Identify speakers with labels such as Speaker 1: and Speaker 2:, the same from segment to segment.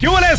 Speaker 1: tardes,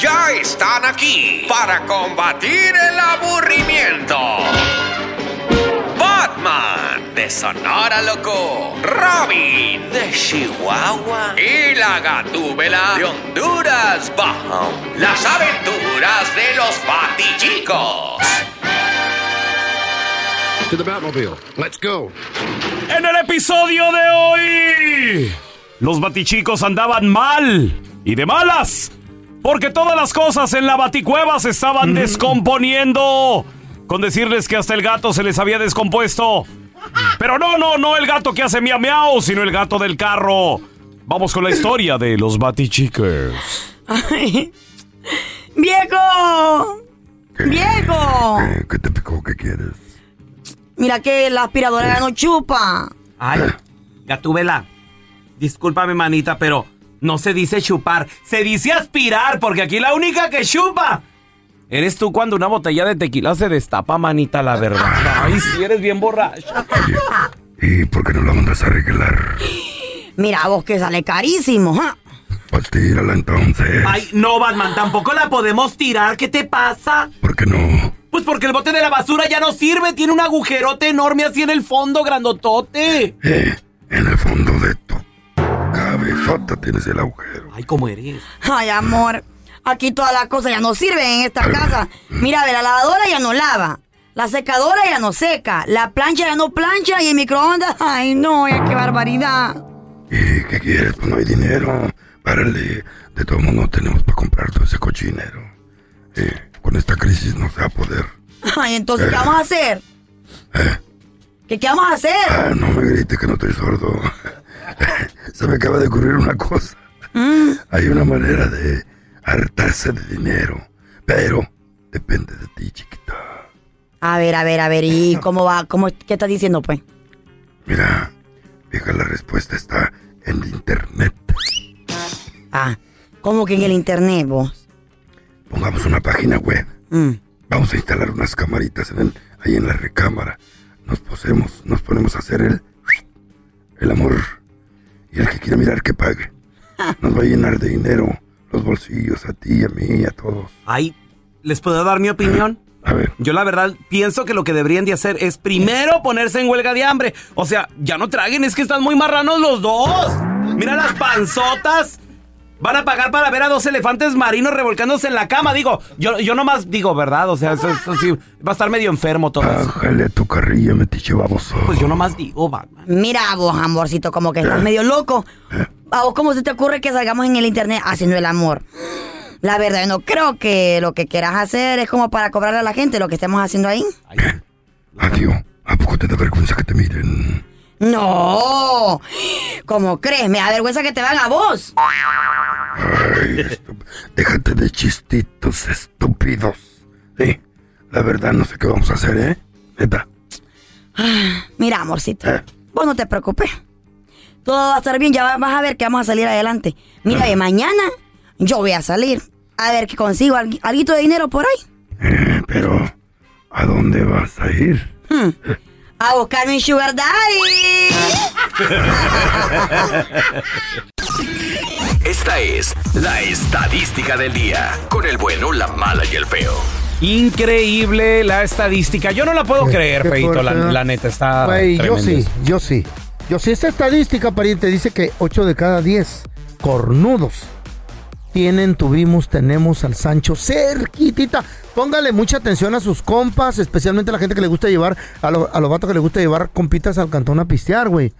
Speaker 2: Ya están aquí para combatir el aburrimiento. Batman de Sonora Loco, Robin de Chihuahua y la Gatúbela de Honduras Bajo. Las aventuras de los Batichicos.
Speaker 3: To the Batmobile. Let's go.
Speaker 1: En el episodio de hoy, los batichicos andaban mal y de malas, porque todas las cosas en la baticueva se estaban descomponiendo. Con decirles que hasta el gato se les había descompuesto. Pero no, no, no el gato que hace miau miau, sino el gato del carro. Vamos con la historia de los batichiques.
Speaker 4: Ay, ¡Viejo! ¡Viejo!
Speaker 3: ¿Qué te picó? ¿Qué quieres?
Speaker 4: Mira que la aspiradora ya no chupa.
Speaker 5: Ay, Gatúbela, discúlpame, manita, pero no se dice chupar, se dice aspirar, porque aquí la única que chupa. Eres tú cuando una botella de tequila se destapa, manita, la verdad. Ay, si eres bien borracha.
Speaker 3: ¿Y por qué no la mandas a arreglar?
Speaker 4: Mira vos que sale carísimo, ¿ah? ¿ja?
Speaker 3: Pues tírala entonces.
Speaker 5: Ay, no, Batman, tampoco la podemos tirar, ¿qué te pasa?
Speaker 3: ¿Por qué no?
Speaker 5: Pues porque el bote de la basura ya no sirve, tiene un agujerote enorme así en el fondo, grandotote.
Speaker 3: Eh, en el fondo de tu cabezota tienes el agujero.
Speaker 5: Ay, ¿cómo eres?
Speaker 4: Ay, amor. Aquí todas las cosas ya no sirven en esta casa. Mira, ve, la lavadora ya no lava. La secadora ya no seca. La plancha ya no plancha. Y el microondas. Ay, no, ya qué barbaridad.
Speaker 3: ¿Y qué quieres? Pues no hay dinero. Párale. De todo modo no tenemos para comprar todo ese cochinero. Eh, con esta crisis no se va a poder.
Speaker 4: Ay, entonces, ¿qué vamos a hacer?
Speaker 3: ¿Eh?
Speaker 4: ¿Qué, qué vamos a hacer?
Speaker 3: Ah, no me grites que no estoy sordo. se me acaba de ocurrir una cosa.
Speaker 4: Mm,
Speaker 3: Hay una manera de hartarse de dinero, pero depende de ti, chiquita.
Speaker 4: A ver, a ver, a ver. ¿Y cómo va? ¿Cómo, ¿Qué estás diciendo, pues?
Speaker 3: Mira, fija, la respuesta está en internet.
Speaker 4: Ah, ¿cómo que en el internet, vos?
Speaker 3: Pongamos una página web.
Speaker 4: Mm.
Speaker 3: Vamos a instalar unas camaritas en el- ahí en la recámara. Nos posemos, nos ponemos a hacer el, el amor. Y el que quiera mirar que pague. Nos va a llenar de dinero los bolsillos a ti, a mí, a todos.
Speaker 5: Ay, ¿les puedo dar mi opinión?
Speaker 3: A ver,
Speaker 5: Yo la verdad pienso que lo que deberían de hacer es primero ponerse en huelga de hambre. O sea, ya no traguen, es que están muy marranos los dos. Mira las panzotas. Van a pagar para ver a dos elefantes marinos revolcándose en la cama. Digo, yo, yo nomás digo, ¿verdad? O sea, eso, eso sí, va a estar medio enfermo todo eso.
Speaker 3: bájale tu carrilla, metiche baboso.
Speaker 5: Pues yo nomás digo, Batman.
Speaker 4: Mira vos, amorcito, como que estás medio loco. ¿A vos cómo se te ocurre que salgamos en el internet haciendo el amor? La verdad, yo no creo que lo que quieras hacer es como para cobrarle a la gente lo que estemos haciendo ahí.
Speaker 3: Adiós. ¿A poco te da vergüenza que te miren?
Speaker 4: No, ¿cómo crees? Me da vergüenza que te van a vos.
Speaker 3: Ay, estu- déjate de chistitos estúpidos. Sí, la verdad no sé qué vamos a hacer, ¿eh? Neta.
Speaker 4: Mira, amorcito,
Speaker 3: Eh.
Speaker 4: vos no te preocupes. Todo va a estar bien, ya va- vas a ver que vamos a salir adelante. Mira, de mañana yo voy a salir. A ver que consigo algu- alguito de dinero por ahí.
Speaker 3: Eh, pero, ¿a dónde vas a ir?
Speaker 4: A buscarme un sugar daddy.
Speaker 2: Esta es la estadística del día con el bueno, la mala y el feo.
Speaker 5: Increíble la estadística. Yo no la puedo creer,
Speaker 6: Qué
Speaker 5: Feito. La,
Speaker 6: fuerte, ¿no?
Speaker 5: la neta está.
Speaker 6: Güey, yo
Speaker 5: tremendo
Speaker 6: sí,
Speaker 5: eso.
Speaker 6: yo sí. Yo sí, esta estadística, pariente, dice que 8 de cada 10 cornudos tienen, tuvimos, tenemos al Sancho cerquitita. Póngale mucha atención a sus compas, especialmente a la gente que le gusta llevar, a, lo- a los vatos que le gusta llevar compitas al cantón a pistear, güey.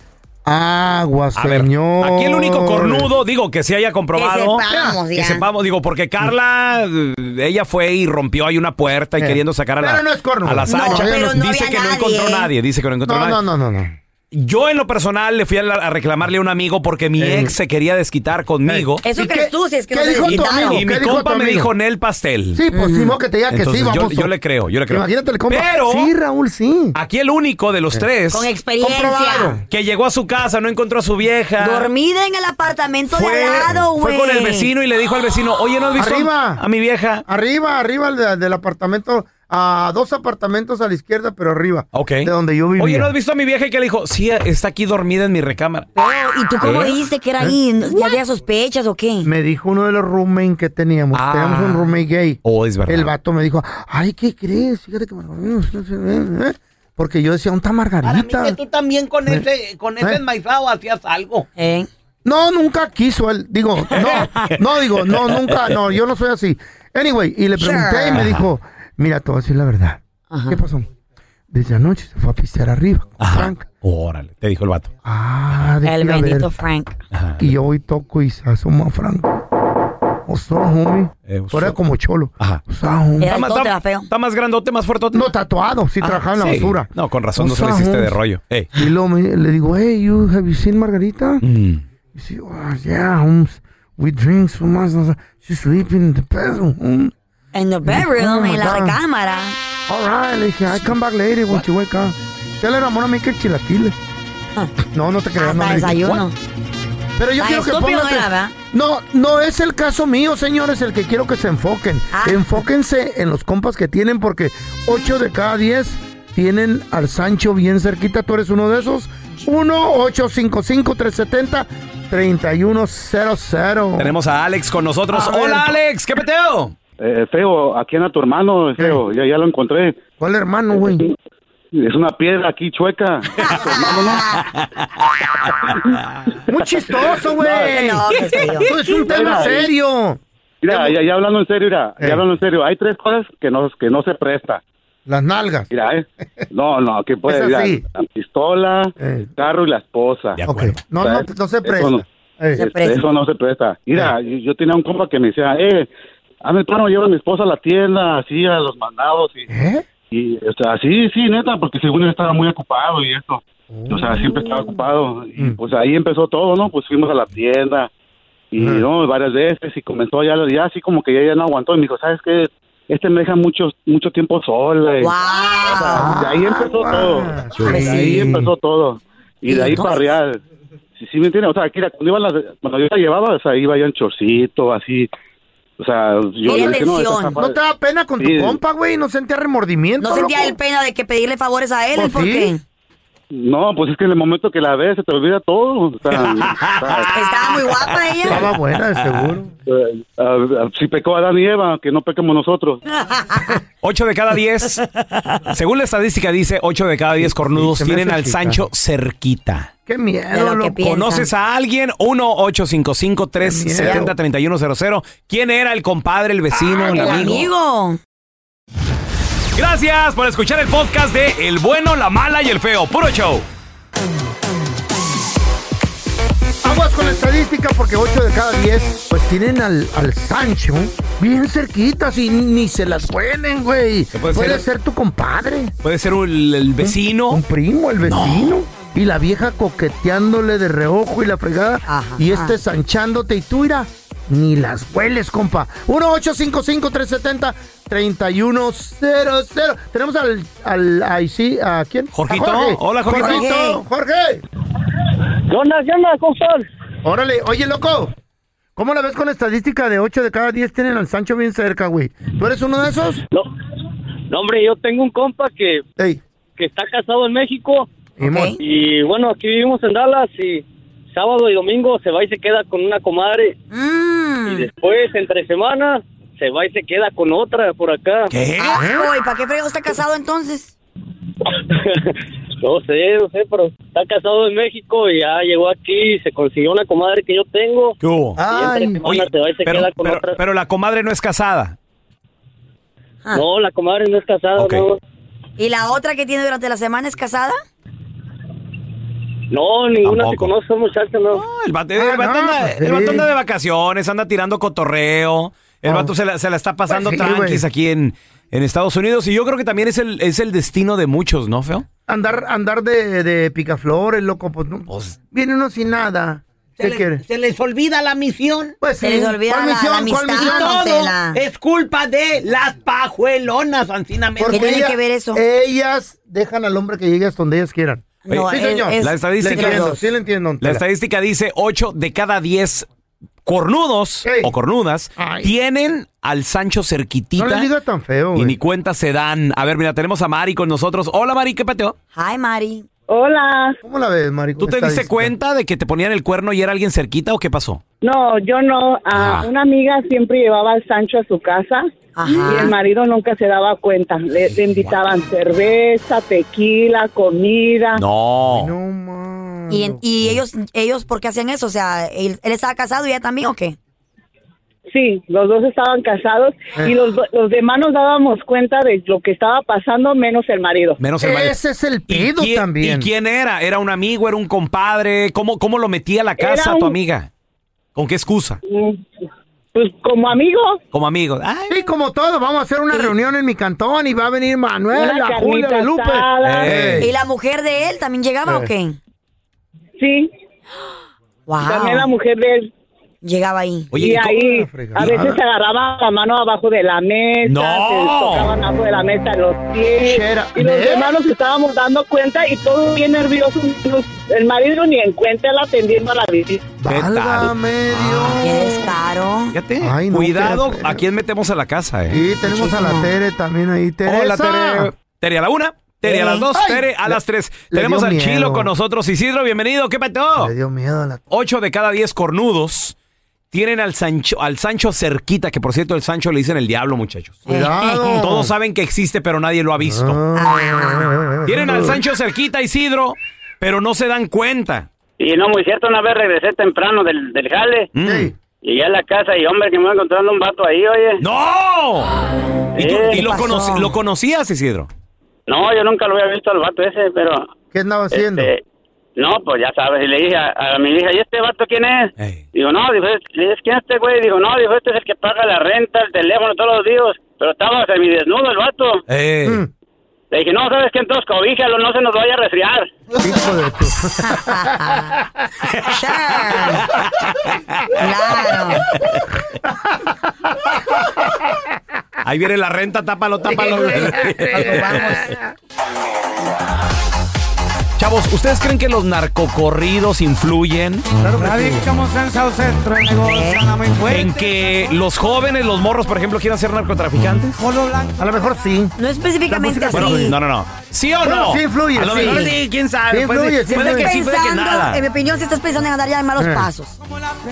Speaker 6: Aguas,
Speaker 1: A ver,
Speaker 6: señor.
Speaker 1: aquí el único cornudo, digo, que se haya comprobado.
Speaker 4: Que sepamos, ya.
Speaker 1: Que sepamos, digo, porque Carla, eh, ella fue y rompió ahí una puerta y
Speaker 6: Eh,
Speaker 1: queriendo sacar a la,
Speaker 6: pero no es cornudo.
Speaker 1: a la
Speaker 6: No,
Speaker 1: Sacha.
Speaker 6: pero
Speaker 4: no
Speaker 1: dice
Speaker 4: había
Speaker 1: que no
Speaker 4: nadie,
Speaker 1: encontró
Speaker 4: ¿eh?
Speaker 1: nadie, dice que no encontró
Speaker 6: No,
Speaker 1: nadie.
Speaker 6: no, no, no, no.
Speaker 5: Yo en lo personal le fui a, la- a reclamarle a un amigo porque mi
Speaker 6: Eh.
Speaker 5: ex se quería desquitar conmigo.
Speaker 4: Eso
Speaker 6: ¿Y
Speaker 4: crees
Speaker 6: qué-
Speaker 4: tú, si es que
Speaker 6: qué
Speaker 4: no se
Speaker 6: dijo tu
Speaker 4: quitaron.
Speaker 6: amigo?
Speaker 5: Y mi
Speaker 6: Eh. ¿Qué dijo
Speaker 5: compa
Speaker 6: tu
Speaker 5: me
Speaker 6: amigo?
Speaker 5: dijo Nel Pastel.
Speaker 6: Sí, pues sí, mo que te diga que
Speaker 5: Mm. Entonces,
Speaker 6: sí,
Speaker 5: yo-
Speaker 6: vamos.
Speaker 5: yo le creo, yo le creo.
Speaker 6: Imagínate el compa.
Speaker 5: Pero- Ah.
Speaker 6: Sí, Raúl, sí.
Speaker 5: Aquí el único de los
Speaker 6: Eh.
Speaker 5: tres
Speaker 4: Con experiencia.
Speaker 6: Comprobado.
Speaker 5: que llegó a su casa, no encontró a su vieja.
Speaker 4: Dormida en el apartamento de al lado,
Speaker 5: fue
Speaker 4: güey.
Speaker 5: con el vecino y le dijo al vecino, oye, ¿no has visto
Speaker 6: Arriba.
Speaker 5: a mi vieja?
Speaker 6: Arriba, arriba de- del apartamento, a dos apartamentos a la izquierda, pero arriba.
Speaker 5: Ok.
Speaker 6: De donde yo vivía.
Speaker 5: Oye, ¿no has visto a mi vieja? Y que le dijo, sí, está aquí dormida en mi recámara.
Speaker 4: Oh, ¿Y tú cómo
Speaker 5: ¿Eh?
Speaker 4: dijiste que era ahí? ¿Ya había sospechas o qué?
Speaker 6: Me dijo uno de los roommates que teníamos.
Speaker 5: Ah.
Speaker 6: Teníamos un roommate gay.
Speaker 5: Oh, es verdad.
Speaker 6: El vato me dijo, ay, ¿qué crees? Fíjate que me... Porque yo decía, ¿unta Margarita?
Speaker 5: también con
Speaker 6: ¿Eh? ese- con ese ¿Eh?
Speaker 5: enmaizado hacías algo.
Speaker 4: ¿Eh?
Speaker 6: No, nunca quiso él. Digo, no, no, digo, no, nunca, no, yo no soy así. Anyway, y le pregunté y me dijo, mira, te voy a decir la verdad.
Speaker 4: Ajá.
Speaker 6: ¿Qué pasó? Desde anoche se fue a pistear arriba con Frank.
Speaker 5: Órale, te dijo el vato.
Speaker 6: Ah, de
Speaker 4: El
Speaker 6: ir a ver.
Speaker 4: bendito Frank.
Speaker 6: Y yo voy toco y se asoma Frank. Ostras, homie.
Speaker 5: Eh, ostras.
Speaker 6: Era como cholo.
Speaker 5: Ajá.
Speaker 6: Ostras, homie.
Speaker 4: Era
Speaker 5: más-
Speaker 4: altote, era feo.
Speaker 5: está más grandote, más fuertote.
Speaker 6: No, tatuado, sí,
Speaker 5: Ah,
Speaker 6: trabajaba en la
Speaker 5: sí.
Speaker 6: basura.
Speaker 5: No, con razón no se lo
Speaker 6: Ostras,
Speaker 5: hiciste de
Speaker 6: homie.
Speaker 5: rollo. Ey.
Speaker 6: Y luego me- le digo, hey, you, have you seen Margarita?
Speaker 5: Mm.
Speaker 6: You see, oh, yeah, homes. We drink so much. no, She's sleeping in the bedroom. homes.
Speaker 4: En the bedroom, en la
Speaker 6: Mataron.
Speaker 4: recámara.
Speaker 6: All right, le dije, I come back later when you wake up. Ya le enamoró a mí que el chilaquiles. No, no te creas, no.
Speaker 4: Hasta
Speaker 6: le dije.
Speaker 4: desayuno.
Speaker 6: Pero yo
Speaker 4: Tan
Speaker 6: quiero que
Speaker 4: estúpido
Speaker 6: pongas...
Speaker 4: no era, ¿verdad?
Speaker 6: No, no es el caso mío, señores, el que quiero que se enfoquen.
Speaker 4: Ah.
Speaker 6: Enfóquense en los compas que tienen porque 8 de cada 10 tienen al Sancho bien cerquita. Tú eres uno de esos. 1-855-370-3100.
Speaker 5: Tenemos a Alex con nosotros.
Speaker 6: A ver.
Speaker 5: Hola, Alex, ¿qué peteo?
Speaker 7: Eh, feo, aquí anda tu hermano, feo, ya, ya lo encontré.
Speaker 6: ¿Cuál hermano, güey?
Speaker 7: Es una piedra aquí chueca.
Speaker 6: Pues Muy chistoso, güey.
Speaker 4: No, qué feo.
Speaker 6: Esto es un tema
Speaker 7: Mira,
Speaker 6: serio.
Speaker 7: Mira, ya, ya hablando en serio, mira,
Speaker 6: Eh.
Speaker 7: ya hablando en serio, hay tres cosas que no, que no se presta.
Speaker 6: Las nalgas.
Speaker 7: Mira, eh. No, no, que puede,
Speaker 6: Es
Speaker 7: mira,
Speaker 6: así.
Speaker 7: la pistola,
Speaker 6: Eh.
Speaker 7: el carro y la esposa.
Speaker 5: Ya. De
Speaker 6: Ok.
Speaker 5: acuerdo.
Speaker 6: No, no, no se
Speaker 7: Eso
Speaker 6: presta.
Speaker 7: no.
Speaker 6: Eh.
Speaker 4: Se
Speaker 7: Este,
Speaker 4: presta.
Speaker 7: Eso no se presta. Mira, yo, yo tenía un compa que me decía, eh, hazme el paro, lleva a mi esposa a la tienda, así, a los mandados y...
Speaker 6: ¿Eh?
Speaker 7: Y, o sea, sí, sí, neta, porque según él estaba muy ocupado y esto. O sea, siempre estaba ocupado. Y
Speaker 6: Mm.
Speaker 7: pues ahí empezó todo, ¿no? Pues fuimos a la tienda y,
Speaker 6: Ajá.
Speaker 7: ¿no? Varias veces y comenzó ya, ya así como que ya, ya no aguantó. Y me dijo, ¿sabes qué? Este me deja mucho, mucho tiempo sola. Y,
Speaker 4: ¡Wow!
Speaker 7: de ahí empezó
Speaker 6: Ah,
Speaker 7: todo.
Speaker 6: pues
Speaker 7: De ahí
Speaker 6: sí.
Speaker 7: empezó todo. Y de ahí para real. Sí, sí, me entiendes. O sea, mira, cuando, iba la- cuando yo la llevaba, o sea, iba yo en chorcito, así. O sea, yo.
Speaker 4: Era
Speaker 7: yo dije, no, esta
Speaker 4: tensión.
Speaker 7: está
Speaker 6: ¿No
Speaker 7: padre.
Speaker 6: te da pena con tu
Speaker 7: Sí.
Speaker 6: compa, güey? ¿No sentía remordimiento?
Speaker 4: No sentía
Speaker 6: loco?
Speaker 4: el pena de que pedirle favores a él,
Speaker 6: Pues
Speaker 4: ¿por
Speaker 6: sí.
Speaker 4: qué?
Speaker 7: No, pues es que en el momento que la ves se te olvida todo. O sea,
Speaker 4: Estaba muy guapa ella.
Speaker 6: Ah. Estaba buena, de seguro.
Speaker 7: eh, ah, si pecó Adán y Eva, que no pequemos nosotros.
Speaker 5: 8 de cada 10. Según la estadística dice, 8 de cada 10 cornudos
Speaker 6: sí, se me
Speaker 5: tienen
Speaker 6: hace
Speaker 5: al
Speaker 6: chica.
Speaker 5: Sancho cerquita.
Speaker 6: Qué
Speaker 4: De lo
Speaker 6: miedo,
Speaker 4: que
Speaker 6: loco.
Speaker 4: piensa.
Speaker 5: ¿Conoces a alguien? 1-855-370-3100. ¿Quién era el compadre, el vecino, el
Speaker 4: El
Speaker 5: amigo?
Speaker 4: amigo.
Speaker 5: Gracias por escuchar el podcast de El Bueno, la Mala y el Feo. Puro show.
Speaker 6: Aguas con la estadística porque 8 de cada 10 pues tienen al, al Sancho bien cerquitas y ni se las huelen, güey.
Speaker 5: puede
Speaker 6: Puede,
Speaker 5: ser?
Speaker 6: ser? tu compadre,
Speaker 5: Puede ser el, el vecino.
Speaker 6: un primo, el vecino. Y la vieja coqueteándole de reojo y la fregada.
Speaker 4: Ajá.
Speaker 6: y este sanchándote y tú irá. Ni las hueles, compa. 1-855-370-3100. Tenemos al, al, ahí sí, ¿a quién? A
Speaker 5: Jorgito.
Speaker 6: Jorge.
Speaker 5: Hola, Jorgito.
Speaker 6: Jorgito. Jorge.
Speaker 8: ¿Qué onda? ¿Qué onda? ¿Cómo están?
Speaker 6: Órale, oye, loco. ¿Cómo la ves con la estadística de 8 de cada 10 tienen al Sancho bien cerca, güey? ¿Tú eres uno de esos?
Speaker 8: No, no, hombre, yo tengo un compa que,
Speaker 6: Ey.
Speaker 8: que está casado en México
Speaker 6: Simón.
Speaker 4: Ok.
Speaker 8: y bueno, aquí vivimos en Dallas y sábado y domingo se va y se queda con una comadre y
Speaker 5: Mm.
Speaker 4: Mmm.
Speaker 8: después entre semanas se va y se queda con otra por acá.
Speaker 5: ¿Qué?
Speaker 6: ¿Eh?
Speaker 4: Asco, ¿y para qué fregado está casado entonces?
Speaker 8: no sé, no sé, pero está casado en México y ya llegó aquí y se consiguió una comadre que yo tengo.
Speaker 5: ¿Qué hubo?
Speaker 8: Y entre
Speaker 6: Ay,
Speaker 8: semanas
Speaker 5: Oye,
Speaker 8: se va y se
Speaker 5: pero,
Speaker 8: queda con
Speaker 5: pero-
Speaker 8: otra.
Speaker 5: pero la comadre no es casada.
Speaker 4: Ah.
Speaker 8: No, la comadre no es casada,
Speaker 5: Ok.
Speaker 8: no.
Speaker 4: ¿Y la otra que tiene durante la semana es casada?
Speaker 8: No, ninguna
Speaker 5: Tampoco.
Speaker 8: se conoce, muchacha, no.
Speaker 5: No, el vato,
Speaker 6: Ah,
Speaker 5: el vato
Speaker 6: no,
Speaker 5: anda,
Speaker 6: pues,
Speaker 5: el
Speaker 6: sí.
Speaker 5: vato anda de vacaciones, anda tirando cotorreo. El
Speaker 6: Ah.
Speaker 5: vato se la, se la está pasando
Speaker 6: Pues sí,
Speaker 5: tranquis
Speaker 6: güey.
Speaker 5: aquí en, en Estados Unidos. Y yo creo que también es el, es el destino de muchos, ¿no, Feo?
Speaker 6: Andar, andar de, de picaflores, loco. Pues, no. Viene uno sin nada. ¿Qué
Speaker 9: se, le-
Speaker 6: quiere?
Speaker 9: se les olvida la misión.
Speaker 6: Pues
Speaker 4: Se les olvida
Speaker 6: ¿Cuál
Speaker 4: la-
Speaker 6: misión?
Speaker 4: la
Speaker 6: ¿Cuál
Speaker 4: amistad,
Speaker 6: misión?
Speaker 4: don
Speaker 9: Todo
Speaker 4: Tela.
Speaker 9: es culpa de las pajuelonas, Ancina Mesa.
Speaker 4: ¿Qué tiene que ver eso?
Speaker 6: Ellas dejan al hombre que llegue hasta donde ellas quieran.
Speaker 4: No,
Speaker 6: sí,
Speaker 4: es-
Speaker 6: señor.
Speaker 4: es
Speaker 5: La estadística-
Speaker 4: de
Speaker 6: Le
Speaker 4: los
Speaker 6: entiendo,
Speaker 4: dos.
Speaker 6: sí le entiendo. don
Speaker 5: La
Speaker 6: Tela.
Speaker 5: estadística dice 8 de cada 10 cornudos
Speaker 6: Ey.
Speaker 5: o cornudas
Speaker 6: Ay.
Speaker 5: tienen al Sancho cerquitita.
Speaker 6: No le digas tan feo,
Speaker 5: y
Speaker 6: güey.
Speaker 5: ni cuenta se dan. A ver, mira, tenemos a Mari con nosotros. Hola, Mari, ¿qué pateo?
Speaker 4: Hi, Mari.
Speaker 10: Hola,
Speaker 6: ¿Cómo la ves, marico?
Speaker 5: ¿Tú te diste
Speaker 6: Estadística.
Speaker 5: cuenta de que te ponían el cuerno y era alguien cerquita o qué pasó?
Speaker 10: no, yo no. Ah,
Speaker 5: Ah.
Speaker 10: Una amiga siempre llevaba al Sancho a su casa
Speaker 5: Ah.
Speaker 10: y el
Speaker 4: Ajá.
Speaker 10: marido nunca se daba cuenta. Le, le invitaban cerveza, tequila, comida.
Speaker 5: No.
Speaker 6: Ah. No, man.
Speaker 4: ¿Y, en- y ellos, ellos por qué hacían eso? O sea, él, él estaba casado y ella también, ¿o qué?
Speaker 10: Sí, los dos estaban casados y los, do- los demás nos dábamos cuenta de lo que estaba pasando menos el marido.
Speaker 5: Menos el marido.
Speaker 6: Ese es el
Speaker 5: ¿Y
Speaker 6: pedo
Speaker 5: quién-
Speaker 6: también.
Speaker 5: ¿Y quién era? ¿Era un amigo? ¿Era un compadre? ¿Cómo, cómo lo metía a la casa
Speaker 10: Era
Speaker 5: tu
Speaker 10: un-
Speaker 5: amiga? ¿Con qué excusa?
Speaker 10: Mm, Pues como amigo,
Speaker 5: Como amigo. Ay,
Speaker 6: Sí, como todo, vamos a hacer una reunión en mi cantón y va a venir Manuel,
Speaker 10: una
Speaker 6: la Julia,
Speaker 10: carnita
Speaker 6: la Lupe.
Speaker 10: asada.
Speaker 5: Ey.
Speaker 4: ¿Y la mujer de él también llegaba o
Speaker 6: Eh.
Speaker 4: qué?
Speaker 10: Sí, también la
Speaker 4: Wow.
Speaker 10: mujer de él.
Speaker 4: Llegaba ahí.
Speaker 5: Oye,
Speaker 10: y
Speaker 5: ¿y cómo-
Speaker 10: ahí
Speaker 6: la fregada?
Speaker 10: a veces se agarraba la mano abajo de la mesa,
Speaker 5: ¡No!
Speaker 10: se tocaban abajo de la mesa los pies.
Speaker 6: Chera,
Speaker 10: y los
Speaker 6: ¿eh?
Speaker 10: hermanos estábamos dando cuenta y todos bien nerviosos. Los- el marido ni en cuenta él atendiendo a la visita.
Speaker 6: Válgame
Speaker 4: Qué
Speaker 6: Dios.
Speaker 4: descaro.
Speaker 5: fíjate,
Speaker 6: Ay, no,
Speaker 5: cuidado
Speaker 6: qué feo.
Speaker 5: a quién metemos a la casa, eh.
Speaker 6: Y tenemos a la
Speaker 4: Muchísimo.
Speaker 6: Tere también ahí. Teresa.
Speaker 5: Hola, Tere. Tere a la una, Tere a las dos,
Speaker 6: Ay.
Speaker 5: Tere a
Speaker 6: Le-
Speaker 5: las tres.
Speaker 6: le
Speaker 5: Tenemos
Speaker 6: dio
Speaker 5: al
Speaker 6: miedo.
Speaker 5: Chilo con nosotros. Isidro, bienvenido. ¿Qué pateó?
Speaker 6: Le dio miedo a la...
Speaker 5: Ocho de cada diez cornudos tienen al Sancho, al Sancho cerquita, que por cierto, el Sancho le dicen el diablo, muchachos.
Speaker 6: Cuidado.
Speaker 5: Todos saben que existe, pero nadie lo ha visto.
Speaker 6: Ah.
Speaker 5: Tienen al Sancho cerquita, Isidro, pero no se dan cuenta.
Speaker 8: Y no, muy cierto, una vez regresé temprano del, del jale,
Speaker 5: Mm.
Speaker 6: Sí.
Speaker 8: llegué a la casa y hombre que me voy encontrando un vato ahí, oye.
Speaker 5: ¡No! ¿Y, tú-
Speaker 8: Eh.
Speaker 5: y lo,
Speaker 4: ¿Qué pasó?
Speaker 5: conoci- lo conocías, Isidro?
Speaker 8: No, yo nunca lo había visto al vato ese, pero...
Speaker 6: ¿Qué andaba haciendo?
Speaker 8: este, no, pues ya sabes, y le dije a, a mi hija, ¿y este vato quién es?
Speaker 5: Ey.
Speaker 8: Digo, no, dijo, es, le dije, ¿quién es este güey? Dijo, no, dijo, este es el que paga la renta, el teléfono, todos los días. Pero estaba semidesnudo el vato.
Speaker 5: Eh.
Speaker 6: Mm.
Speaker 8: Le dije, no, ¿sabes qué? Entonces covíjalo, no se nos vaya a resfriar.
Speaker 6: Hijo de tu...
Speaker 4: Sure. Claro.
Speaker 5: Ahí viene la renta, tápalo, tápalo. Chavos, ¿ustedes creen que los narcocorridos influyen en que los jóvenes, los morros, por ejemplo, quieran ser narcotraficantes?
Speaker 6: A lo mejor sí.
Speaker 4: No específicamente
Speaker 6: La música-
Speaker 4: así.
Speaker 5: Bueno, no, no, no. ¿Sí o
Speaker 6: Bueno,
Speaker 5: no?
Speaker 6: sí influye,
Speaker 5: A lo
Speaker 6: sí.
Speaker 5: mejor sí, quién sabe.
Speaker 6: Sí
Speaker 5: puede
Speaker 6: influye,
Speaker 5: ser-
Speaker 6: sí
Speaker 5: puede que sí, puede que
Speaker 4: pensando,
Speaker 5: nada.
Speaker 4: en mi opinión, si estás pensando en andar ya en malos
Speaker 6: Eh.
Speaker 4: pasos.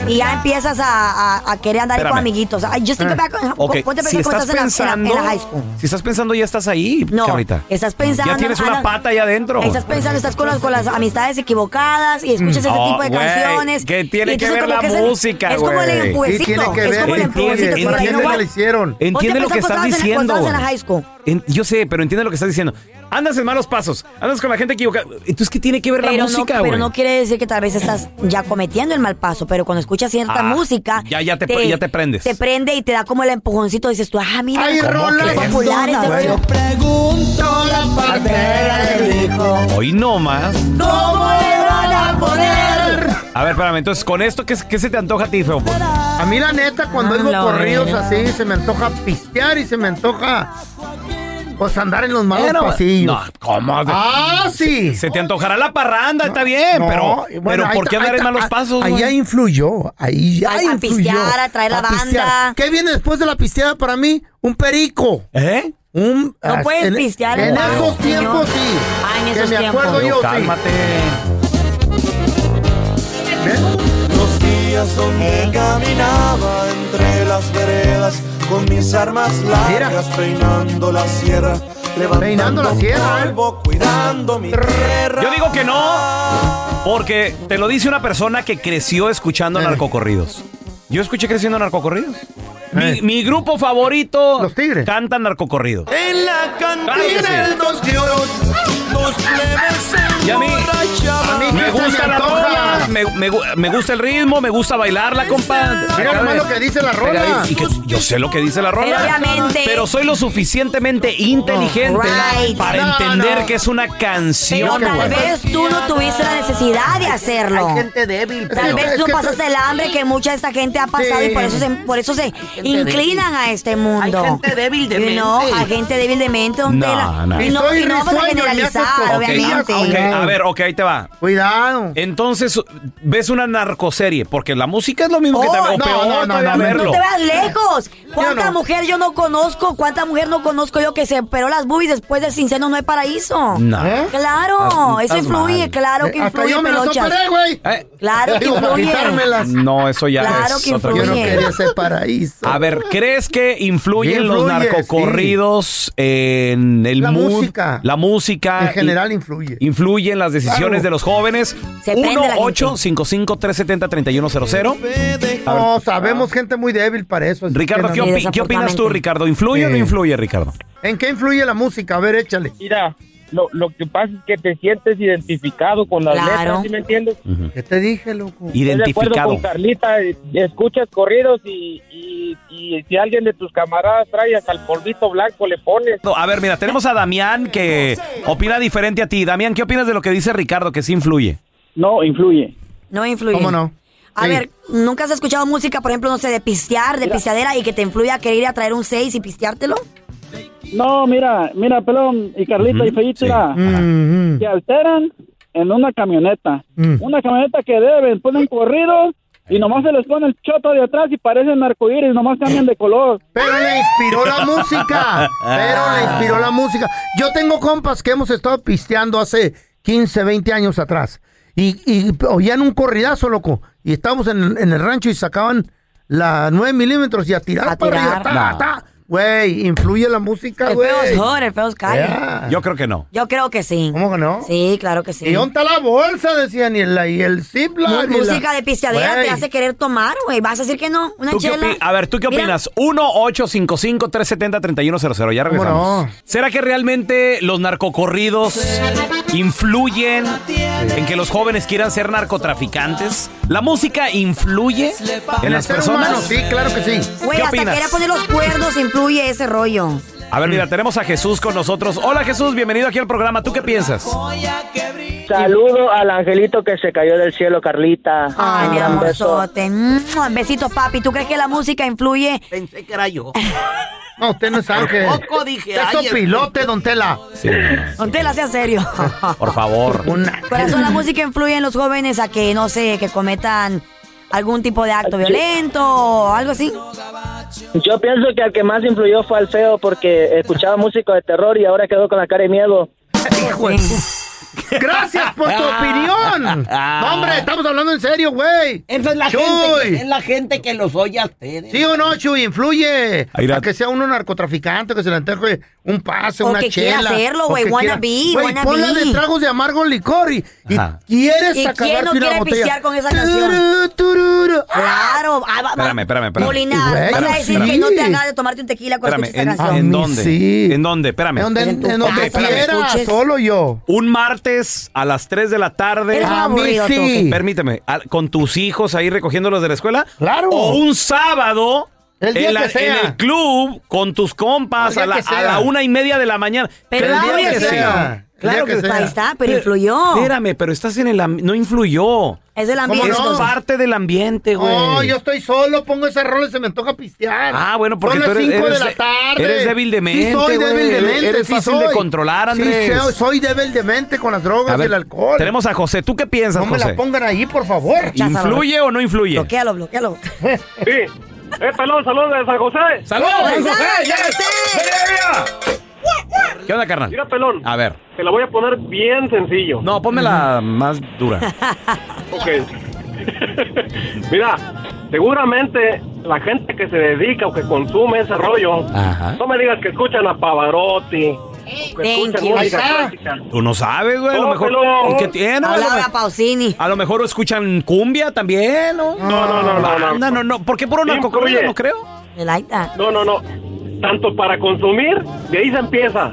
Speaker 4: Y ya empiezas a, a- a querer andar ahí con
Speaker 5: Espérame.
Speaker 4: amiguitos. Ay, yo estoy
Speaker 6: Eh.
Speaker 4: back-
Speaker 5: Ok,
Speaker 4: ponte a
Speaker 5: si
Speaker 4: pensar cómo
Speaker 5: estás
Speaker 4: estás en la- en la,
Speaker 5: pensando,
Speaker 4: en la high school.
Speaker 5: si estás pensando ya estás ahí,
Speaker 4: No,
Speaker 5: Carlita.
Speaker 4: estás pensando.
Speaker 5: Ya tienes una
Speaker 4: andas-
Speaker 5: pata ahí adentro.
Speaker 4: Estás pensando, estás con las, con las amistades equivocadas y escuchas ese
Speaker 5: Oh,
Speaker 4: tipo de
Speaker 5: güey,
Speaker 4: canciones.
Speaker 5: ¿qué tiene
Speaker 4: Y
Speaker 5: que
Speaker 4: entonces
Speaker 5: ver
Speaker 4: como
Speaker 5: la
Speaker 4: es el-
Speaker 5: música,
Speaker 4: Es como el
Speaker 5: güey?
Speaker 6: Sí,
Speaker 4: empuecito.
Speaker 6: tiene que
Speaker 4: es
Speaker 6: ver.
Speaker 4: como el
Speaker 5: influye,
Speaker 4: empujoncito. por ahí,
Speaker 6: Entiende
Speaker 4: ¿no?
Speaker 6: que le hicieron.
Speaker 5: Entiende lo
Speaker 4: Ponte
Speaker 5: que
Speaker 4: a
Speaker 5: estás
Speaker 4: pensar cuando estabas en la-
Speaker 5: diciendo.
Speaker 4: cuando estabas en la high school.
Speaker 5: En- yo sé, pero entiende lo que estás diciendo. Andas en malos pasos, andas con la gente equivocada. Entonces, ¿qué tiene que ver la
Speaker 4: Pero, no,
Speaker 5: música,
Speaker 4: pero
Speaker 5: güey?
Speaker 4: no quiere decir que tal vez estás ya cometiendo el mal paso, pero cuando escuchas cierta
Speaker 5: Ah,
Speaker 4: música.
Speaker 5: ya- ya te- ya te prendes.
Speaker 4: Te prende y te da como el empujoncito. Dices tú, ah, mira,
Speaker 6: Ay,
Speaker 4: qué
Speaker 6: rolas
Speaker 4: popular este
Speaker 6: buenas,
Speaker 4: rollo.
Speaker 6: güey.
Speaker 5: Hoy no más.
Speaker 4: ¿Cómo le van a poner?
Speaker 5: A ver, espérame, entonces, con esto, ¿qué, qué se te antoja a ti, Feo?
Speaker 6: A mí la neta, cuando
Speaker 4: Ah,
Speaker 6: oigo
Speaker 4: la
Speaker 6: corridos
Speaker 4: verdad.
Speaker 6: así, se me antoja pistear y se me antoja pues andar en los malos
Speaker 5: Bueno,
Speaker 6: pasillos.
Speaker 5: No, ¿cómo?
Speaker 6: Ah, sí.
Speaker 5: Se te antojará la parranda, está bien,
Speaker 6: No,
Speaker 5: pero,
Speaker 6: bueno,
Speaker 5: pero
Speaker 6: ahí
Speaker 5: ¿por
Speaker 6: ta-
Speaker 5: qué andar
Speaker 6: ahí
Speaker 5: en
Speaker 6: ta-
Speaker 5: malos
Speaker 6: a-
Speaker 5: pasos?
Speaker 6: Ahí
Speaker 5: güey?
Speaker 6: ya influyó, ahí ya
Speaker 4: A- a
Speaker 6: influyó.
Speaker 4: pistear, a traer la
Speaker 6: pistear.
Speaker 4: banda.
Speaker 6: ¿Qué viene después de la pisteada para mí? Un perico.
Speaker 5: ¿Eh?
Speaker 6: Un,
Speaker 4: No
Speaker 6: ah,
Speaker 4: puedes
Speaker 6: en-
Speaker 4: pistear
Speaker 6: En
Speaker 4: en la-
Speaker 6: esos
Speaker 4: no.
Speaker 6: tiempos sí.
Speaker 4: Ah, en
Speaker 6: Que
Speaker 4: esos
Speaker 6: me acuerdo
Speaker 4: tiempos.
Speaker 6: yo, sí.
Speaker 5: Cálmate.
Speaker 6: ¿Ven?
Speaker 11: Los días donde
Speaker 4: Eh.
Speaker 11: caminaba entre las veredas con mis armas largas peinando la sierra, levantando
Speaker 6: Peinando la sierra, ¿eh?
Speaker 11: polvo, cuidando mi tierra.
Speaker 5: Yo digo que no, porque te lo dice una persona que creció escuchando
Speaker 6: Eh.
Speaker 5: narcocorridos. Yo escuché creciendo narcocorridos. Mi,
Speaker 6: Eh.
Speaker 5: mi grupo favorito
Speaker 6: Los Tigres.
Speaker 5: canta narcocorridos.
Speaker 11: En la
Speaker 5: Claro que sí.
Speaker 11: cantina el dos de oro, los plebes se
Speaker 5: Y a mí-
Speaker 11: emborrachaban.
Speaker 6: A mí
Speaker 5: Me
Speaker 6: que se
Speaker 5: gusta
Speaker 6: me
Speaker 5: la
Speaker 6: antoja.
Speaker 5: cumbia.
Speaker 6: rola.
Speaker 5: Me, me gu- me gusta el ritmo, me gusta bailarla, compa.
Speaker 6: Mira nomás lo que dice la rola.
Speaker 5: Pegadito. Y que yo sé lo que dice la rola. ¿eh?
Speaker 6: Pero obviamente.
Speaker 5: Pero soy lo suficientemente inteligente
Speaker 4: Oh, Right.
Speaker 5: para
Speaker 4: No,
Speaker 5: entender
Speaker 4: no.
Speaker 5: que es una canción.
Speaker 4: Pero tal vez tú no tuviste la necesidad de hacerlo.
Speaker 9: Hay gente débil.
Speaker 4: Tal
Speaker 9: pero-
Speaker 4: vez
Speaker 9: Es
Speaker 4: no
Speaker 9: que
Speaker 4: pasaste el hambre que mucha de esta gente ha pasado
Speaker 9: Sí.
Speaker 4: y por eso se, por eso se inclinan a este mundo.
Speaker 9: Hay gente débil de
Speaker 4: No,
Speaker 9: mente.
Speaker 4: hay gente débil de mente. don
Speaker 5: No,
Speaker 4: Tela.
Speaker 5: no.
Speaker 4: Y no,
Speaker 5: Soy
Speaker 4: y no vamos a
Speaker 5: risueño,
Speaker 4: generalizar,
Speaker 5: Ok,
Speaker 4: obviamente.
Speaker 5: ok, a ver, ok, ahí te va.
Speaker 6: Cuidado.
Speaker 5: Entonces, ves una narcoserie, porque la música es lo mismo que
Speaker 4: Oh,
Speaker 5: te
Speaker 4: no,
Speaker 5: o peor
Speaker 4: no, no,
Speaker 5: todavía
Speaker 4: no,
Speaker 5: verlo.
Speaker 4: no te veas lejos. ¿Cuánta mujer yo no conozco? ¿Cuánta mujer no conozco yo que se operó las boobies después del sincero no hay paraíso?
Speaker 5: No. ¿Eh?
Speaker 4: Claro,
Speaker 5: Estás-
Speaker 4: eso
Speaker 5: estás
Speaker 4: influye,
Speaker 5: mal.
Speaker 4: claro que
Speaker 6: Eh, hasta
Speaker 4: influye,
Speaker 6: yo me las
Speaker 4: pelochas.
Speaker 6: operé, güey.
Speaker 4: Claro que
Speaker 6: Digo, para
Speaker 4: influye.
Speaker 6: quitármelas.
Speaker 5: Eh, No, eso ya
Speaker 4: Claro
Speaker 5: es
Speaker 4: que
Speaker 5: otra
Speaker 6: Yo no
Speaker 5: cosa.
Speaker 6: quería ser paraíso.
Speaker 5: A ver, ¿crees que influyen
Speaker 6: Sí,
Speaker 5: los
Speaker 6: influye,
Speaker 5: narcocorridos en el
Speaker 6: La
Speaker 5: mood?
Speaker 6: música.
Speaker 5: La música.
Speaker 6: En general
Speaker 5: y-
Speaker 6: influye.
Speaker 5: Influyen las decisiones
Speaker 6: Claro.
Speaker 5: de los jóvenes.
Speaker 6: Se prende la gente.
Speaker 5: 1-855-370-3100. A ver, Ah.
Speaker 6: No, sabemos gente muy débil para eso. así
Speaker 5: Ricardo,
Speaker 6: que
Speaker 5: ¿qué,
Speaker 6: no-
Speaker 5: opi- qué opinas tú, Ricardo? ¿Influye o no
Speaker 6: Eh.
Speaker 5: influye, Ricardo?
Speaker 6: ¿En qué influye la música? A ver, échale.
Speaker 12: Mira, lo, lo que pasa es que te sientes identificado con las
Speaker 6: Claro.
Speaker 12: letras, ¿sí me entiendes?
Speaker 6: ¿Qué te dije, loco?
Speaker 12: Estoy de acuerdo con Carlita, eh, escuchas corridos y, y- y si alguien de tus camaradas trae hasta el polvito blanco le pones.
Speaker 5: No, A ver, mira, tenemos a Damián que opina diferente a ti. Damián, ¿qué opinas de lo que dice Ricardo? Que sí influye.
Speaker 12: No, influye.
Speaker 4: No influye.
Speaker 5: ¿Cómo no?
Speaker 4: A ver, ¿nunca has escuchado música, por ejemplo, no sé, de pistear, de pisteadera y que te influya a querer ir a traer un 6 y pisteártelo?
Speaker 12: No, mira, mira, Pelón y Carlita y Feito, mira, se alteran en una camioneta. Una camioneta que deben, ponen corrido y nomás se les pone el choto de atrás y parecen arcoíris, nomás cambian de color.
Speaker 6: Pero le inspiró la música. Pero le inspiró la música. Yo tengo compas que hemos estado pisteando hace 15, 20 años atrás. Y, y oían un corridazo, loco. Y estábamos en, en el rancho y sacaban la 9 milímetros y a tirar para arriba, ta,
Speaker 5: No.
Speaker 6: ta. Güey, influye la música,
Speaker 4: El
Speaker 6: Ah, güey.
Speaker 4: feo es joven, el feo es caro.
Speaker 6: Yeah.
Speaker 5: Yo creo que no.
Speaker 4: Yo creo que sí.
Speaker 6: ¿Cómo que no?
Speaker 4: Sí, claro que sí.
Speaker 6: ¿Y dónde está la bolsa? Decían, y el, y el ziploc,
Speaker 4: Mu-
Speaker 6: y la-
Speaker 4: música de pisteadera
Speaker 6: Güey.
Speaker 4: te hace querer tomar, güey. ¿Vas a decir que no? ¿Una
Speaker 5: ¿Tú qué
Speaker 4: chela?
Speaker 5: opi- a ver, ¿tú qué
Speaker 4: Mira.
Speaker 5: opinas? 1-855-370-3100. Ya regresamos. ¿Será que realmente los narcocorridos influyen en que los jóvenes quieran ser narcotraficantes? ¿La música influye en
Speaker 6: el
Speaker 5: las
Speaker 6: ser
Speaker 5: personas?
Speaker 6: humano, sí, claro que sí.
Speaker 4: Güey,
Speaker 5: ¿Qué
Speaker 4: hasta
Speaker 5: opinas?
Speaker 4: querer poner los cuernos influye ese rollo.
Speaker 5: A ver,
Speaker 6: Mm.
Speaker 5: mira, tenemos a Jesús con nosotros. Hola Jesús, bienvenido aquí al programa. ¿Tú qué piensas?
Speaker 13: Saludo al angelito que se cayó del cielo, Carlita.
Speaker 4: Ay, mi
Speaker 13: Ah, Un gran beso.
Speaker 4: amorzote. Mua, Besitos, papi. ¿Tú crees que la música influye?
Speaker 9: Pensé que era yo.
Speaker 6: No, usted no es ángel.
Speaker 9: Poco dije,
Speaker 6: Usted
Speaker 9: ay,
Speaker 6: es pilote, don Tela.
Speaker 5: Sí,
Speaker 4: Don Tela, sea serio.
Speaker 5: por favor.
Speaker 4: Corazón, la música influye en los jóvenes a que, no sé, que cometan algún tipo de acto violento o algo así.
Speaker 13: Yo pienso que al que más influyó fue al feo porque escuchaba música de terror y ahora quedó con la cara de miedo.
Speaker 6: Gracias por tu opinión. No, hombre, estamos hablando en serio, güey.
Speaker 9: Esa es la
Speaker 6: Chuy.
Speaker 9: gente, es la gente que los oye a ustedes.
Speaker 6: ¿Sí o no, Chuy? Influye. A que sea uno narcotraficante, que se le enterre un pase,
Speaker 4: O
Speaker 6: una
Speaker 4: que quiera
Speaker 6: chela.
Speaker 4: hacerlo,
Speaker 6: o
Speaker 4: güey,
Speaker 6: que
Speaker 4: wanna
Speaker 6: quiera-
Speaker 4: be,
Speaker 6: Güey,
Speaker 4: wanna
Speaker 6: ponla
Speaker 4: be.
Speaker 6: de tragos de amargo licor y, y
Speaker 4: ¿Y
Speaker 6: quieres
Speaker 4: quién
Speaker 6: acabarte
Speaker 4: no
Speaker 6: una
Speaker 4: quiere
Speaker 6: botella.
Speaker 4: pistear con esa canción?
Speaker 6: Tururú, tururú.
Speaker 4: Claro. Ah, va- va-
Speaker 5: Espérame, espérame, espérame. Güey,
Speaker 4: Molinar, vas a
Speaker 5: espérame,
Speaker 4: decir
Speaker 5: espérame.
Speaker 4: que no te hagas de tomarte un tequila cuando
Speaker 5: Espérame,
Speaker 4: escuches
Speaker 5: ¿en,
Speaker 4: esta canción.
Speaker 5: en
Speaker 6: mí
Speaker 5: dónde?
Speaker 6: sí.
Speaker 5: ¿En dónde? Espérame.
Speaker 6: ¿En dónde? En
Speaker 4: tu
Speaker 6: en donde
Speaker 4: casa, cuando
Speaker 6: quiera,
Speaker 4: escuches.
Speaker 6: solo yo.
Speaker 5: Un martes a las 3 de la tarde.
Speaker 4: Eres un A mí aburrido, sí. Toque.
Speaker 5: Permíteme, al- con tus hijos ahí recogiéndolos de la escuela.
Speaker 6: Claro.
Speaker 5: O un sábado.
Speaker 6: El día
Speaker 5: en, la-
Speaker 6: que
Speaker 5: en
Speaker 6: sea.
Speaker 5: el club, con tus compas,
Speaker 6: El día
Speaker 5: a la,
Speaker 6: que sea.
Speaker 5: a la una y media de la mañana.
Speaker 4: Pero el día que sea. El
Speaker 5: Claro
Speaker 4: día
Speaker 5: que
Speaker 4: que sea. Ahí está, pero
Speaker 5: Pe-
Speaker 4: influyó.
Speaker 5: Eh, Espérame, pero estás en el. am- No influyó.
Speaker 4: Es del ambiente.
Speaker 5: Es
Speaker 4: entonces.
Speaker 5: parte del ambiente, güey.
Speaker 6: No, yo estoy solo, pongo ese rol y se me antoja pistear.
Speaker 5: Ah, bueno, porque
Speaker 6: Son
Speaker 5: tú
Speaker 6: las
Speaker 5: eres,
Speaker 6: 5 de
Speaker 5: eres-
Speaker 6: la tarde.
Speaker 5: eres débil de mente.
Speaker 6: Sí, soy
Speaker 5: güey.
Speaker 6: débil de mente.
Speaker 5: Eres
Speaker 6: sí
Speaker 5: fácil
Speaker 6: soy.
Speaker 5: de controlar,
Speaker 6: Sí,
Speaker 5: Andrés.
Speaker 6: soy, soy débil de mente con las drogas
Speaker 5: A
Speaker 6: y
Speaker 5: ver,
Speaker 6: el alcohol.
Speaker 5: Tenemos a José. ¿Tú qué piensas,
Speaker 6: no me
Speaker 5: José?
Speaker 6: la pongan ahí, por favor.
Speaker 5: ¿Influye o no influye?
Speaker 4: Bloquealo, bloquealo.
Speaker 14: Sí. Eh, pelón, saludos de San José.
Speaker 5: ¡Saludos, San José! ¿Qué onda, carnal?
Speaker 14: Mira, pelón,
Speaker 5: A ver.
Speaker 14: te la voy a poner bien sencillo.
Speaker 5: No, pónmela más dura.
Speaker 14: Ok. Mira, seguramente la gente que se dedica o que consume ese rollo,
Speaker 5: Ajá.
Speaker 14: no me digas que escuchan a Pavarotti, o que
Speaker 4: Thank
Speaker 14: escuchan
Speaker 4: you.
Speaker 14: música
Speaker 4: Ajá.
Speaker 5: Ah.
Speaker 14: clásica.
Speaker 5: Tú no sabes, güey. A lo
Speaker 14: No,
Speaker 5: mejor.
Speaker 14: pelón.
Speaker 5: ¿Y qué tiene? A lo,
Speaker 4: Hablaba
Speaker 5: me-
Speaker 4: Pausini.
Speaker 5: a lo mejor escuchan cumbia también, ¿no?
Speaker 14: No, no, no, no, no.
Speaker 5: Anda, no, no. ¿Por qué puro narcocorrido?
Speaker 14: Influye.
Speaker 5: No creo.
Speaker 4: Me like that.
Speaker 14: No, no, no. Tanto para consumir, de ahí se empieza.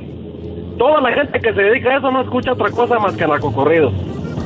Speaker 14: Toda la gente que se dedica a eso no escucha otra cosa más que narcocorridos.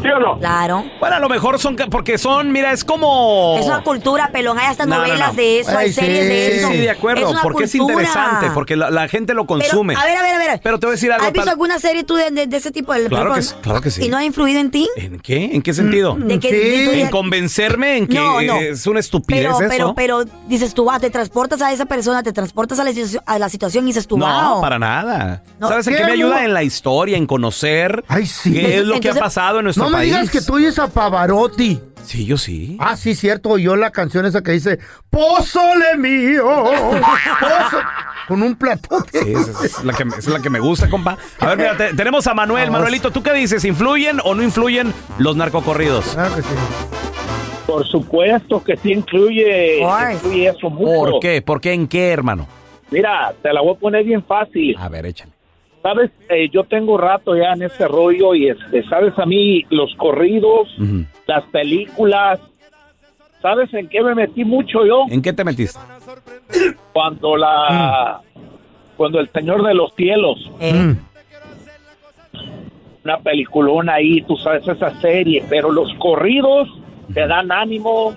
Speaker 14: ¿Sí o no?
Speaker 4: Claro.
Speaker 5: Bueno, a lo mejor son ca- porque son, mira, es como.
Speaker 4: Es una cultura, pelón. Hay hasta
Speaker 5: Oh. No, no,
Speaker 4: novelas
Speaker 5: no.
Speaker 4: de eso, hay
Speaker 5: Ay,
Speaker 4: series
Speaker 5: sí.
Speaker 4: de eso.
Speaker 5: Sí, de acuerdo,
Speaker 4: Es una
Speaker 5: porque
Speaker 4: cultura.
Speaker 5: es interesante, porque la, la gente lo consume.
Speaker 4: a ver, a ver, a ver.
Speaker 5: Pero te voy a decir algo.
Speaker 4: ¿Has visto
Speaker 5: tal-
Speaker 4: alguna serie tú de, de- de ese tipo? del
Speaker 5: Claro que
Speaker 4: pelón?
Speaker 5: sí, claro que sí.
Speaker 4: ¿Y no ha influido en ti?
Speaker 5: ¿En qué? ¿En qué sentido?
Speaker 4: Mm, ¿De qué- de tu-
Speaker 5: ¿En convencerme en que
Speaker 4: No, no.
Speaker 5: es una estupidez
Speaker 4: Pero,
Speaker 5: eso?
Speaker 4: pero, pero, dices tú, va, te transportas a esa persona, te transportas a la, situ- a la situación y dices tú,
Speaker 5: no,
Speaker 4: wow.
Speaker 5: para nada.
Speaker 4: No,
Speaker 5: ¿Sabes en
Speaker 4: ¿qué
Speaker 5: qué me ayuda?
Speaker 4: no?
Speaker 5: En la historia, en conocer qué es lo que ha
Speaker 6: Entonces,
Speaker 5: pasado en nuestro
Speaker 6: No me
Speaker 5: país.
Speaker 6: digas que tú oyes a Pavarotti.
Speaker 5: Sí, yo sí.
Speaker 6: Ah, sí, cierto, oyó la canción esa que dice Pozole mío. pozo-". Con un plato.
Speaker 5: Sí, esa es la que, me- esa es la que me gusta, compa. A ver, mira, te- tenemos a Manuel.
Speaker 6: Vamos.
Speaker 5: Manuelito, ¿tú qué dices? ¿Influyen o no influyen los narcocorridos?
Speaker 6: Ah, pues
Speaker 15: Por supuesto que sí incluye, incluye eso mucho.
Speaker 5: ¿Por qué? ¿Por qué? ¿En qué, hermano?
Speaker 15: Mira, te la voy a poner bien fácil.
Speaker 5: A ver, échale.
Speaker 15: Sabes, Eh, yo tengo rato ya en este rollo y este, sabes a mí los corridos, las películas, ¿sabes en qué me metí mucho yo?
Speaker 5: ¿En qué te metiste?
Speaker 15: Cuando la
Speaker 4: Mm.
Speaker 15: cuando el Señor de los Cielos,
Speaker 4: Eh.
Speaker 15: una peliculona ahí, tú sabes esa serie, pero los corridos te dan ánimo,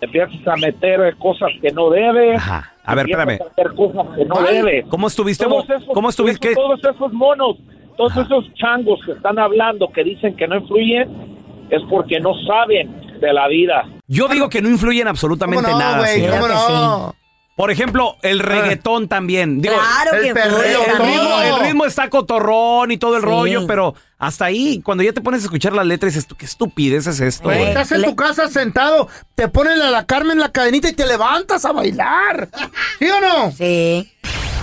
Speaker 15: te empiezas a meter eh, cosas que no debes.
Speaker 5: A ver,
Speaker 15: empiezas
Speaker 5: espérame.
Speaker 15: a hacer cosas que no
Speaker 5: Ay,
Speaker 15: debes.
Speaker 5: ¿Cómo estuviste?
Speaker 15: Todos
Speaker 5: mo-
Speaker 15: esos-
Speaker 5: ¿Cómo estuviste?
Speaker 15: esos- Todos esos monos, todos esos changos que están hablando, que dicen que no influyen, es porque no saben de la vida.
Speaker 5: Yo digo que no influyen absolutamente
Speaker 15: ¿Cómo no,
Speaker 5: nada.
Speaker 15: güey?
Speaker 5: señor.
Speaker 15: Claro que sí.
Speaker 5: Por ejemplo, el reggaetón también. Digo,
Speaker 4: Claro El que influye perreo,
Speaker 5: el
Speaker 4: también.
Speaker 5: ritmo, el ritmo está cotorrón y todo el
Speaker 4: Sí.
Speaker 5: rollo, pero hasta ahí, cuando ya te pones a escuchar las letras, dices, "Tú, ¿qué estupidez es esto?
Speaker 6: Güey,
Speaker 5: güey?"
Speaker 6: estás en tu casa sentado, te ponen a la Carmen la cadenita y te levantas a bailar. ¿Sí o no?
Speaker 4: Sí.